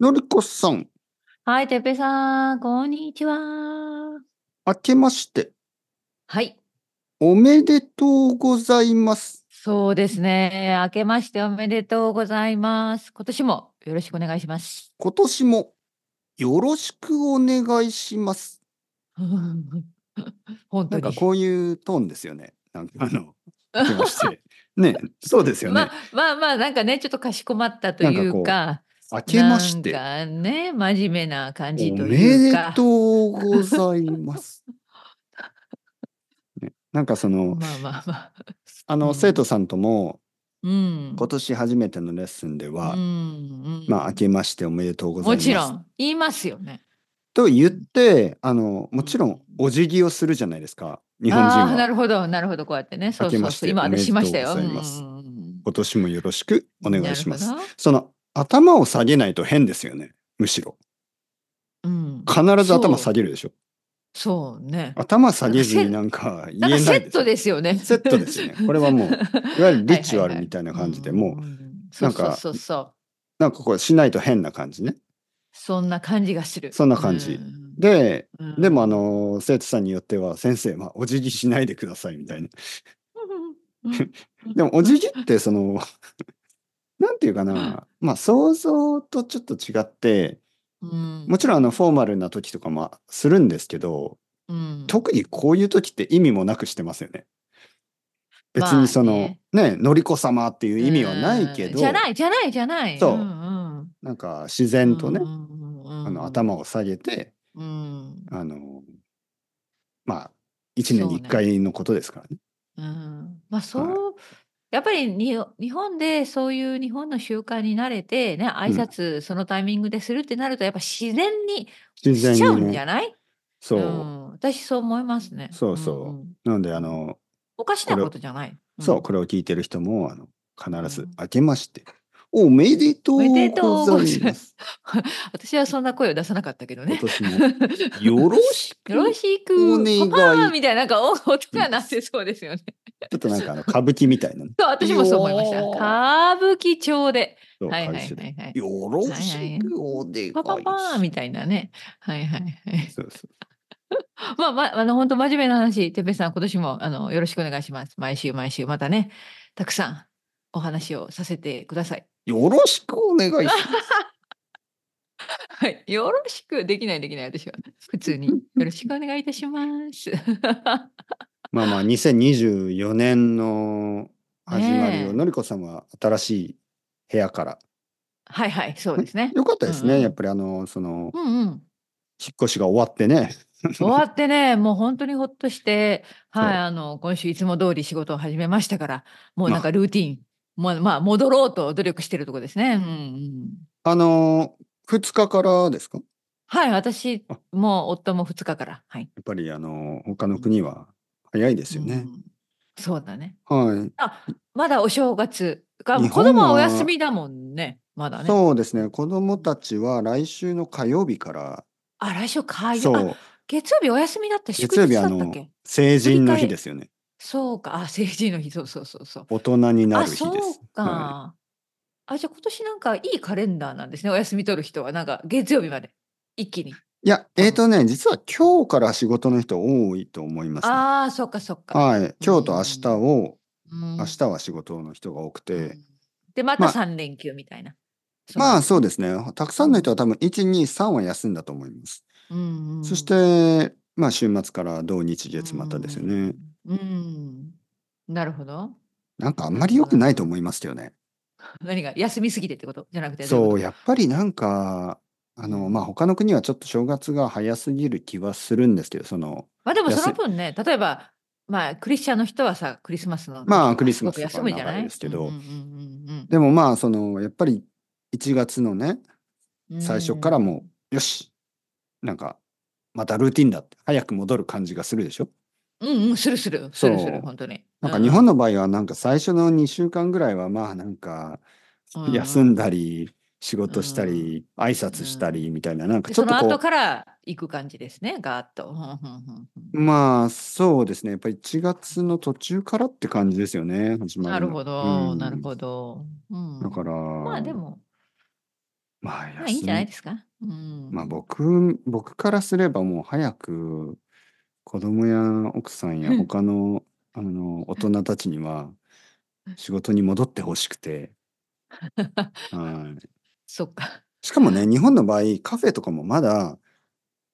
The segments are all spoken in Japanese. のりこさん、はい、てっぺいさん、こんにちは。明けまして、はい、おめでとうございます。そうですね。明けましておめでとうございます。今年もよろしくお願いします。 今年もよろしくお願いします。本な当んかに。こういうトーンですよね。なんかあの、明けま して。ね、そうですよね。まあまあまあ、なんかね、ちょっとかしこまったというか、明けまして、なんかね、真面目な感じおとめいうでか。とうございます。ね、なんかその、まあまあまあ。あうの、ん生徒さんとも、うん。今年初めてのレッスンでは、うんうんまあ、明けましておめでとうございもます。ちろん、言いますよね。と言って、あの、もちろうんんお辞儀をするじゃないですか。日本人ああー、なは。るほど、なるほど、こうやってね。そう明けそまうしそてう。今、おめでとう私しまごしたざいよ。ますうんうんうん今年もよろしくお願いしまなする。ほどその、頭を下げないと変ですよね。むしろ。うん、必ず頭そ下うげるでしょ。そうね。頭下げずになんか言なんえかないセットですよね。セットです ねこれはもういわゆるリチュアルみいたいなな感じで、もう、ななんんかかそうそうそうなんかこうしないと変な感じね。そんな感じがする。そんな感じうんで、うんでもあの、生徒さんによっては、先生、まあ、お辞儀しないでくださいみたいな。うんうんでも、お辞儀って、その、 なんていうかな、まあ、想像とちょっと違って、うんもちろん、あの、フォーマルな時とかもするんですけど、うん特にこういう時って意味もなくしてますよね。別まあにその、ねねのりこ様っていう意味はないけうんど、じゃないじゃないじゃない。そうんんなんか自然とね、うんうんうんあの頭を下げて、うんあの、まあ、一年に一そう回のことですからね。うんまあそう、やっぱりに日本でそういう日本の習慣に慣れてね挨拶そのタイミングでするってなるとやっぱ自然に自し然ちゃうにんじゃね。ない、そう。ん、私そう思いますね。そうそうんんなんで、あの、おかしなこれをことじゃない。そう、ここれを聞いてる人も、あの、必うずん、明けまして、おめでとうおごめでとうござざいいまます。 私はそんな声を出さなかったけど今ね。年 も、よろしく。よろちしく。お願いパパみたいな、なんかお音が鳴ってそうですよね。ょっとなんか、あの、歌舞伎みたい なね。そう、私もそう思いました。よー歌舞伎町で。そうはいはいは歌い手ではい。よろしくお願いしパパパーまみたいなね。はいはいはい。す。そうそうまあまあ、あの、本当真面目な話、てっぺいさん、今年も、あの、よろしくお願いします。毎週毎週、またね、たくさんお話をさせてください。よろしくお願いし ます。はい。よろしく、できないできない、私は。 普通に。よろしくお願いいたします。 まあまあ、2024年の始まりを、ねえのりこさんは新しい部屋から。はいはい、そうですね。よかったですね。うんうんやっぱり、あの、その、うんうん。引っ越しが終わってね。終わってね、もう本当にほっとして、 そうはい、あの、今週いつも通り仕事を始めましたから、もうまあなんかルーティン、もうまあ、戻ろうと努力してるとこですね。うんうん。あの、2日からですかはい、私あも夫も2日から。はい。やっぱりあの他の国は早いですよねう。んそうだね。はい、あまだお正月が日子本供はおは休みだもんね。まだね。そうですね。子供たちは来週の火曜日から、あ、来週火そ曜あう月曜日お休みだった祝月曜日日だあったっのけ成人の日ですよね。そうか。あ、成人の日。そうそうそうそう。大人になあ、る日です。そうか。はあ、じゃあ今年なんかいいカレンダーなんですね。お休み取る人はなんか月曜日まで一気い、に。いやえっ、とね実は今日から仕事の人多いと思います、ね。ああ、そっかそっか。はい、今日と明日を、うん明日は仕事の人が多くて、うんでままたあ三連休みたいな。まあそうでですねたくさんの人は多分123は休んだと思います、す。うんうんそしてまあ週末から土日月またですよね、うん。うんなるほど。 なんかあんまり良くないと思いますよね。何が休みすぎてってことじゃなくて。そう、や。やっぱりなんか、あの、まあ、他の国はちょっと正月が早すぎる気はするんですけど、その、まあでも休その分ね、例えば、まあクリスチャンの人はさ、クリスマスの時とか。まあクリスマスすごくとか休むじゃな長いいですけどうんうんうんうんでもまあ、その、やっぱり1月のね、うん最初からもよし、なんか、またルーティンだって、早く戻る感じがするでしょうんうん、するする、するすそうる、本当に。なんか日本の場合は、なんか最初の2週間ぐらいは、まあ、なんか、うんうん休んだり、仕事したり、挨拶したりみたいな、なんかでちょそっとの後こから行く感じですね、ガーッと。うんうんうう、んまあ、そうですね。やっぱり1月の途中からって感じですよね、始うんまなるるのほど、うんなるほど。うんだから、まあでも、まあ、まあいいんじゃない休ですか。うん。みまあ、僕、僕からすればもう早く子供や奥さんやうん他の、あの、大人たちには仕事に戻ってほしくて。はい。そっか。しかも ね、日本の場合、カフェとかもまだ、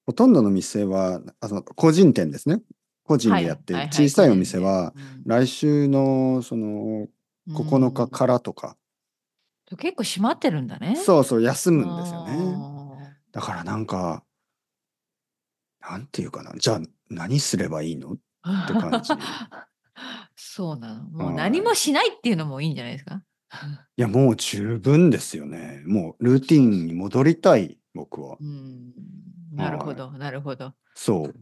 ほとんどの店は、あの、個人店ですね。個人はでいやってはるい。小さいお店はは、い来週の、その、うん9日からとか、うん結構閉まってるんだね。そうそう、休うむんですよね。ね。だからなんか、なんていうかな、じゃあ何すればいいのって感 じそうなの。もはうい何もしないっていうのもいいんじゃないですか。いや、もう十分ですよね。もうルーティンに戻りたい、僕はう。ん。なるほど、なるほど。そう。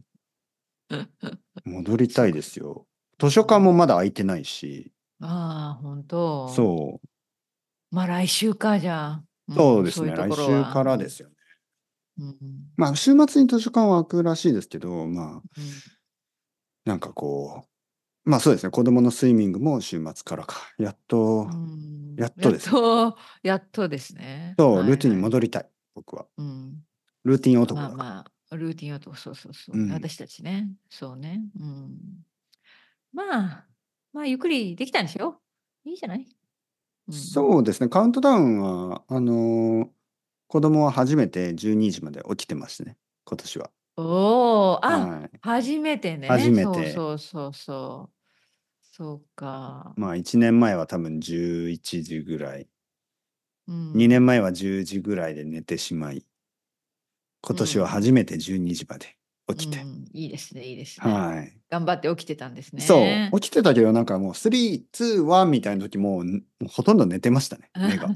戻りたいですよ。図書館もまだ空いてないし、ああ、本当。う。そまあ来週かじゃあ。う、んそうですね、い来ところ週はからですよね。うんうんまあ、週末に図書館は開くらしいですけど、まあ、うんなんかこう、まあそうですね、子供のスイミングも週末からか。やっと、うんやっとですやっと、やっとですね。そう、ルーティンに戻戻りたい、僕は。うん、ルーティン男だまかあら。まあ、ルーティンをと、そうそうそう、うん私たちね。そうね。うん。まあ、まあ、ゆっくりできたんでしょいいじゃない、うん、そうですね、カウントダウンは、あのー子供は初めて12時まで起きてますね、今年は。おお、あ、はい、初めてね。初めてそうそうそうそう。そうか。まあ、1年前は多分11時ぐらい、うん2年前は10時ぐらいで寝てしまい、今年は初めて12時まで起きて。うんいいですね、いいですね。はい、頑張って起きてたんですね。そう、起きてたけど、なんかもう3、2、1みたいな時もう、もうほとんど寝てました ね、目が。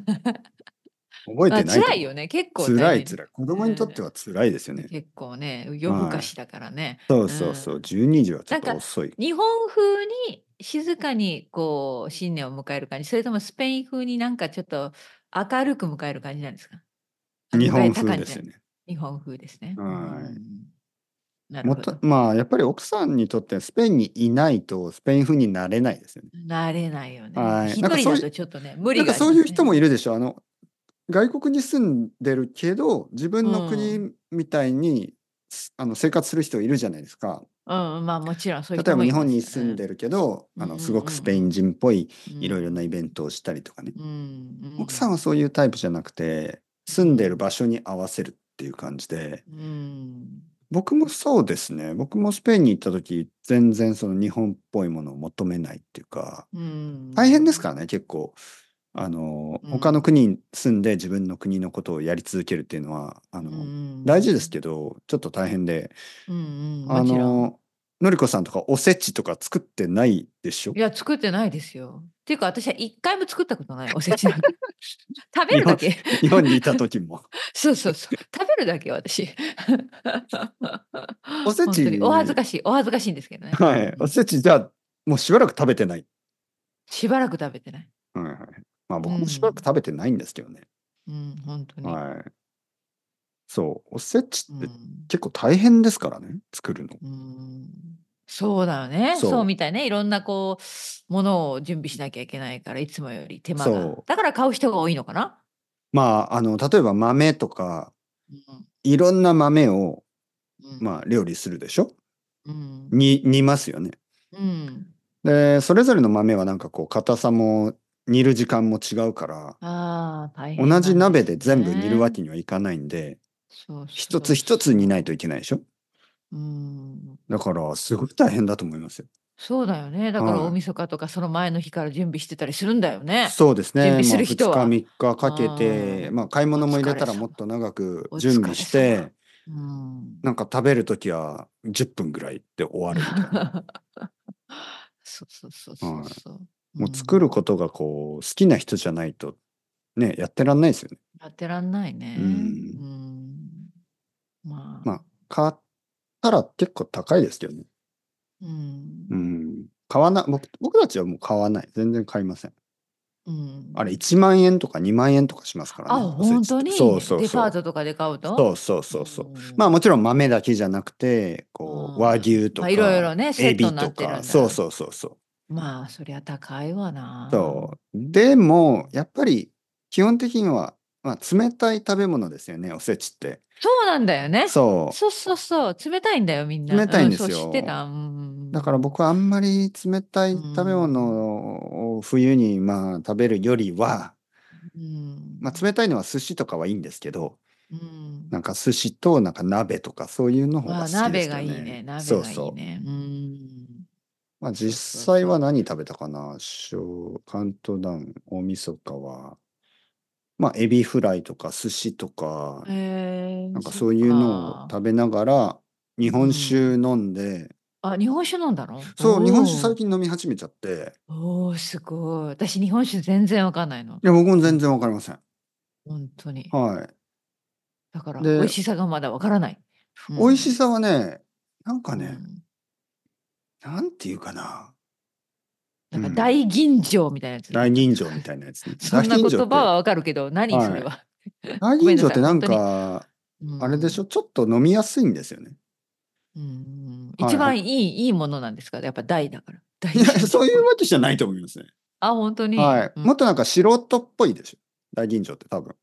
覚えまあてないと思う。辛いよね、結構大変。辛い辛い。子供にとっては辛いですよね。結構ね、夜更かしだからね。そうそうそう、12時はちょっと遅い。日本風に静かにこう新年を迎える感じ、それともスペイン風になんかちょっと明るく迎える感じなんですかあ日本迎えた風感じですよね。日本風ですね。はいうんなるもほとど。まあやっぱり奥さんにとってスペインにいないとスペイン風になれないですよね。慣れないよね。はい一なんか人そういだとちょっとね、無な理んかがありますそね、ういう人もいるでしょ。あの外国に住んでるけど自分の国みたいに、すあの生活する人いるじゃないですか。うん、まあもちろんそう例えいう人ばもい日ます本に住んでるけど、うんあうのんすごくスペイン人っぽいいろいろ。ろなイベントをしたりとかね。うんうん奥さんはそういうタイプじゃなくて住んでる場所に合わせるっていう感じで。うん僕もそうですね。僕もスペインに行った時、全然その日本っぽいものを求めないっていうか、うん、大変ですからね、結構。あの、うん他の国に住んで自分の国のことをやり続けるっていうのは、あの、うん大事ですけど、ちょっと大変で、うんうん、あもちろん。の、のりこさんとかおせちとか作ってないでしょいや、作ってないですよ。っていうか、私は一回も作ったことない、おせちなんて 食べるだけ。日本にいた時も。 そうそうそう。食べるだけ、私。おせち本当にお恥ずかしい、お恥ずかしいんですけどね。はい。おせちじゃあ、もうしばらく食べてない。しばらく食べてない。はいはい。まあ僕もしばらく食べてないんですけどね。うん、本当に。はい。そう、おせちうってん結構大変ですからね、作るの。うんそうだよねそそううみたいねいろんなこうものを準備しなきゃいけないからいつもより手間がそうだから買う人が多いのかな、まあ、あの、例えば豆とか、うんいろんな豆を、うんまあ、料理するでしょうんに、煮ますよね。うん、で、それぞれの豆はなんかこう、硬さも、煮る時間も違うから、あー大変同じ鍋で全部煮るわけけにはいかないんで、一一つ一つ煮ないといけないでしょうんだから、すごく大変だと思いますよ。そうだよねだからはい大晦日とかその前の日から準備してたりするんだよねそうですね。準備する人はまあ、2日3日かけて、あーまあ、買い物も入れたらお疲れ様もっと長くお疲れ準様備して、うんなんか食べるときは10分ぐらいで終わるみたいな。そうそうそうそうそう、もう作るとことがこう好きな人じゃないとね、やってらんないですよね。やってらんないね。うんうんまあ。まあ、買ったら結構高いですけどね。うんう。ん。買わな、僕僕たちはもう買わない。全然買いません。うんあれ1万円とか2万円とかしますからあ、ね。おせちっ本て当にそうそうデそパーう。トとかで買うとそうそうそうそう。んまあもちろん豆だけじゃなくて、こうんう、和牛とまか、あいろいろねセエッビトになとってるんだか、そうそうそうそう。まあ、そりゃ高いわな。そう。でも、やっぱり基本的にはまあ、冷たい食べ物ですよね、おせちって。そうなんだよね。そそうそうそう。冷たいんだよ、みんな。冷たいんですようそう知ってた。うんう。だから僕はあんまり冷たい食べ物を冬にまあ食べるよりは、うん。まあ、冷たいのは寿司とかはいいんですけど、うんなんか寿司となんか鍋とかそういうの方がま好あ、きですよね。鍋がいいね。鍋そうがいそ。いうね。うん。まあ、実際は何食べたかなしょうカウントダウン、大晦日は。まあ、エビフライとか寿司とか、えー、なんかそういうのをそっか食べながら、日本酒飲んで、あ、日本酒飲んだのそう、日本酒最最近。近飲み始めちゃって、おー、すごい。私、日本酒全然わかんないの。いや、僕も全然わかりません。本当に。はだから、で美味しさがまだわからない。い。うん美味しさはね、なんかね、うなんていうかな、んうなんんか大吟醸みたいなやつ。。大吟醸みたいなやつね そんな大吟言醸って葉はわかるけど、何はいそれは。大ごめ吟醸んなさいってなん本か、うんあれでしょ、ちょっと飲みやすいんですよね。うんはい一番いい、いいものなんですかやっぱ大 だから。大。いや、そういううわけじゃないと思いますね。あ、本当に。はい。うんもっとなんか素人っぽいでしょ。大吟醸って多分。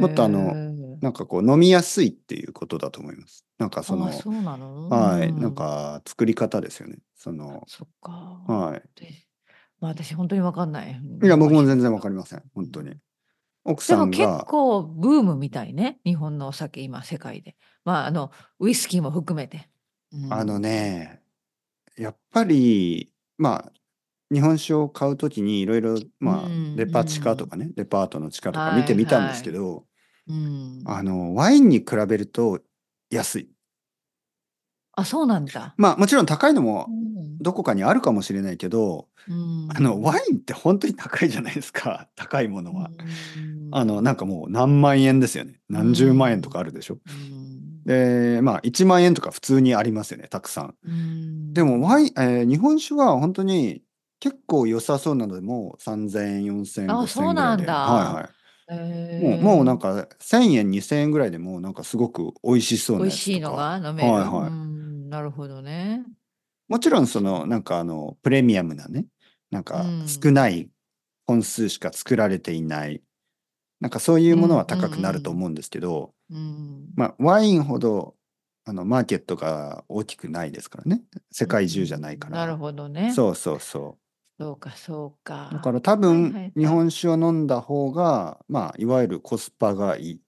もっとあのへーなんかこう飲みやすいっていうことだと思います。なんかその、あそうなのはい。うなんか作り方ですよね。その、そっか。はい。でまあ私本当にわかんない。いや、僕も全然わわかりません。本当に。奥でさもん結が、構ブームみたいね。日本のお酒今世界で。まああのウイスキーも含めて。うんあの。ね、やっぱり、まあ、日本酒を買うときにいろいろ、まあうん、デパ地下とかね、デパートの地下とか見てみたんですけど、うん、あの、ワインに比べると安い。あそうなんだ。まあ、もちろん高いのもうんどこかにあるかもしれないけど、うんあの、ワインって本当に高いじゃないですか、 高いものは。うんあの、なんかもう何万円ですよね。何十万円とかあるでしょ。うんで、まあ、1万円とか普通にありますよね、たくさん。うんでも、ワイン、えー日本酒は本当に結構良さそうなので、もう3000円、4000円、あ5000そ円うぐらないんで。はいはい。もだへう、ーもうなんか1000円、2000円ぐらいでもうなんかすごく美味しそう美なや味つとか。しいのが飲める。はいはいうんなるほどね。もちろんそのなんかあのプレミアムなね、なんかうん少ない本数しか作られていない、なんかそういうものは高くなると思うんですけど、うんまあワインほどあのマーケットが大きくないですからね。世界中じゃないから。なるほどね。そうそうそそうかそうか。う。だから多はいはいは分い日本酒を飲んだ方が、まあいわゆるコスパがいい。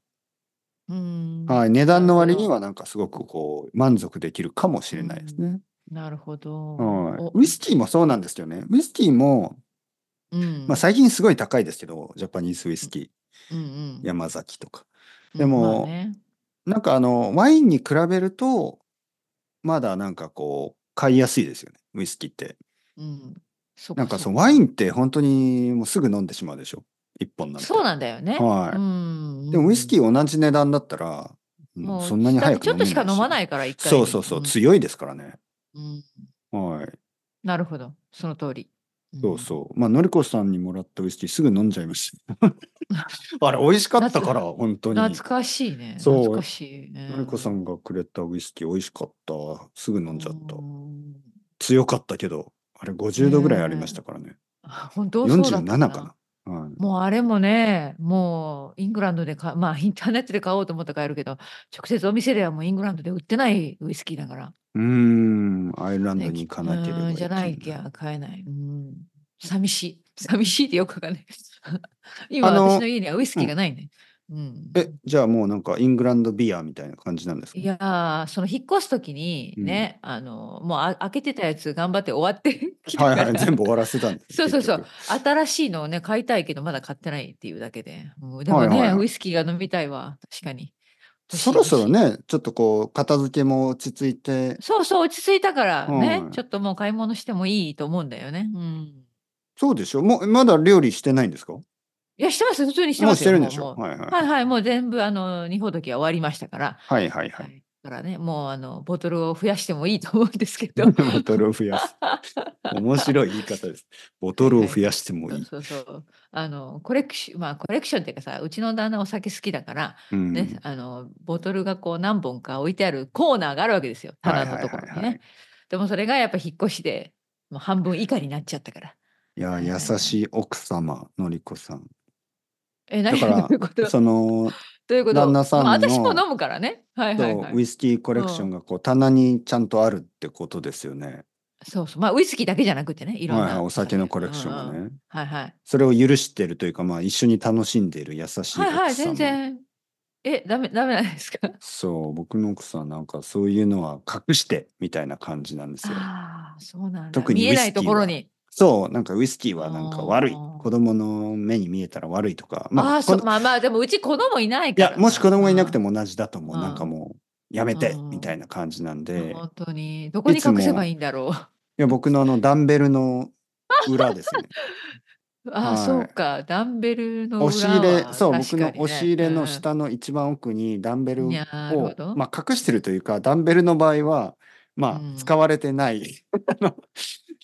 うん、はい。値段の割になはなんかすごくこう満足できるかもしれないですね。なるほど。はおい。ウイスキーもそうなんですよね。ウイスキーもうんまあ、最近すごい高いですけど、ジャパニーズウイスキうんうんー、山崎とか。うんでもまあねなんかあの、ワインに比べると、まだなんかこう、買いやすいですよね、ウイスキーって。うん、そっなんかそっのワインって本当にもうすぐ飲んでしまうでしょ。一本なんて。そうなんだよね。はいうん、でもウイスキーー同じ値段だったら、うんそんなに早くちょっとしか飲まないいから一し。回に。そうそうそう、ん強いですからね。うんはい。なるほど。その通り。そうそう。まあ、のりこさんにもらったウイスキーすぐ飲んじゃいま した。あれ、美味しかったから、本当うん。に。懐かしいね。そう懐かしいね。のりこさんがくれたウイスキー美味しかった。すぐ飲んじゃったう。ん強かったけど、あれ50度ぐらいありましたからね。あ本当そうだった47かな。はいもうあれもね、もうイングランドでか、ま あインターネットで買おうと思ったら買えるけど、直接お店ではもうイングランドで売ってないウイスキーだから。うーん、アイルランドねに行かなければういんけじゃないきゃ買えない。うん。寂しい。 寂しいってよくわかんない。 今あの私の家にはウイスキーがないね。うん。え、じゃあもうなんかイングランドビアみたいな感じなんですかいやー、その引っ越すときにね、あの、もうあ開けてたやつ頑張って終わって きたはかいら。はい、全部終わらせたんです。そうそうそう結局。新しいのをね、買いたいけど、まだ買ってないっていうだけで。うんでもね、はいはいはいウイスキーが飲みたいわ。確かに。欲しいそろそろ。ね、ちょっとこう、片付けも落ち着いて欲しい、そうそう、落ち着いたからね、はいちょっともう買い物してもいいと思うんだよね。うん。そうでしょもう、まだ料理してないんですかもいや、してます。普通にしてまうすしてよ。るんでしょもうもはいはうい。はいはい、もう全部、あの、二ほどきは終わりましたから。はいはいは。はいい。だからね、もう、あの、ボトルを増やしてもいいと思うんです けど。ボトルを増や す。面白い言い方です。ボトルを増やしても いい。そうそうそう。あの、コレクション、まあ、コレクションっていうかさ、うちの旦那お酒好きだから、うんね、あのボトルがこう何本か置いてあるコーナーがあるわけですよ棚のところにね、はいはいはいはいでもそれがやっぱ引っ越しでもう半分以下になっちゃったからいや、優しい奥様、のりこさん。え、何だがかどういうことら、その、どういうこと旦那さんのまあ、私も飲むからね。はいはい、はそうウい。イスキーコレクションがこう棚にちゃんとあるってことですよね。そうそう。まあ、ウイスキーだけじゃなくてね、いろんな。はいはい、お酒のコレクションうがんうん。ね。はいはい。それを許してるというか、まあ、一緒に楽しんでいる優しい奥さんはも。いはい、全然。え、ダメ、ダメなんですかそう、僕の奥さんなんかそういうのは隠してみたいな感じなんですよ。ああ、そうなんだ。特に見えないところウに。そう、なんかウイスキーはなんか悪い。あー子供の目に見えたら悪いとか。ああー、こそのう。まあまあ、でもうち子供いないいから。や、もし子供いなくても。も同じだと思う。うんなんかもう、やめてうんみたいな感じなんで。い本当に。どこにいつも隠せばいいんだろう。や、僕のあの、ダンベルの裏ですね。ああ、はいそうか。ダンベル の裏は。押し入れ、そう、確僕かにのね押し入れの。下の一番奥にダンベルを、なるほどまあ、隠してるというか、ダンベルの場合は、まうんあ、使われてない、あの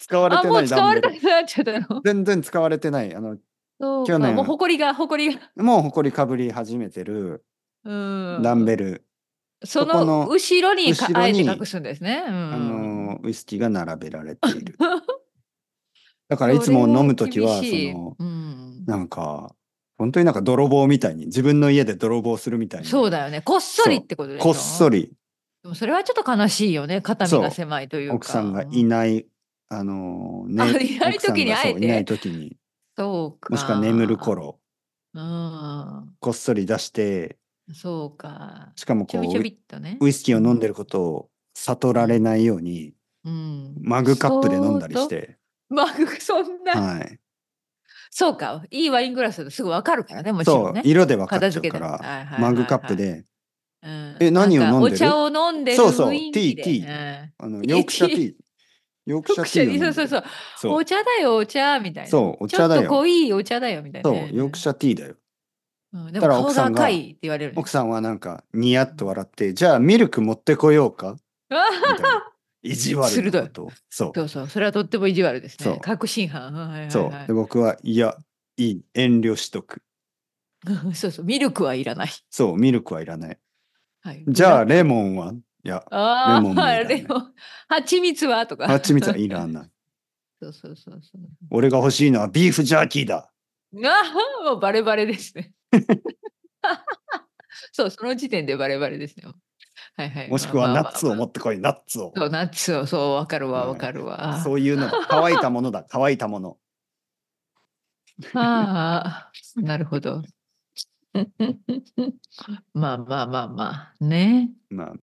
使わうんれあ、てもなうい使ダわンれベたル。くなっちゃったの。全然使われてない。あの、そう去か。年もう埃が、埃が。もう埃かぶり始めてるうん。ダンベル、そそこのの後ろにか後ろにあえて隠すんですね。うんあの、ウイスキーが並べられてい る。だから、いつもそれ飲むときは、そ厳しいの、うんなんか、本当になんか泥棒みたいに、自分の家で泥棒するみたいに。そうだよね。こっそりってことでしょこっそり。りでもそれはちょっと悲しいよね。肩身そがう狭いというか。奥さんがいない、あのあね、いない奥さん時にがそうあえていない時に、そうか。もしくは眠る。頃、うん。こっそり出して、そうか。しかもちこう、ょびちょびウっとね。イスキーを飲んでることを悟られないように、うん、マグカップで飲んだりして、相当。マグ、そんな、はい。そうか。いいワイングラスだとすぐわかるからね、もちろそうんね、。色で分か片っちゃ付うけかてはいら、はいはいマグカップはいで、うんえ何を飲んでるなかお茶を飲んでるそうそう雰囲気でティーティうんあの、ヨークシャーティー、ヨークシャ特ーティ殊ーを飲んでにそうる。そうそう。そうお茶だよ、お茶みたいな。そうお茶だちょっとよ。濃いお茶だよみたいなそうね、、ヨークシャーティーだよ。うん、でだもから顔奥がさんが赤いって言われるね、奥さんはなんか、ニヤッと笑って、じゃあミルク持ってこようかみたいな。 意地悪なことを。そう。 そうそう、それはとっても意地悪ですそねう。確信犯。はいはいはいそう。で、僕は、いや、いい、遠慮しとく。 そうそう、ミルクはいらない。そう、ミルクはいらない。はい、じゃあ、レモンはい や、ああレモンもいらないー、レモン。蜂蜜はとか。蜂蜜はいらない。 そうそうそうそう。俺が欲しいのはビーフジャーキーだ。ああ、もうバレバレですね。 そう、その時点でバレバレですね。はいはい。もしくはまあナまあッツを持ってこい、ナッツを。そう、ナッツを、そう、わかるわ、はいわかるわ。そういうのだ。乾いたものだ。乾いたもの。ああ、なるほど。まあまあまあまあ、ね。まあ、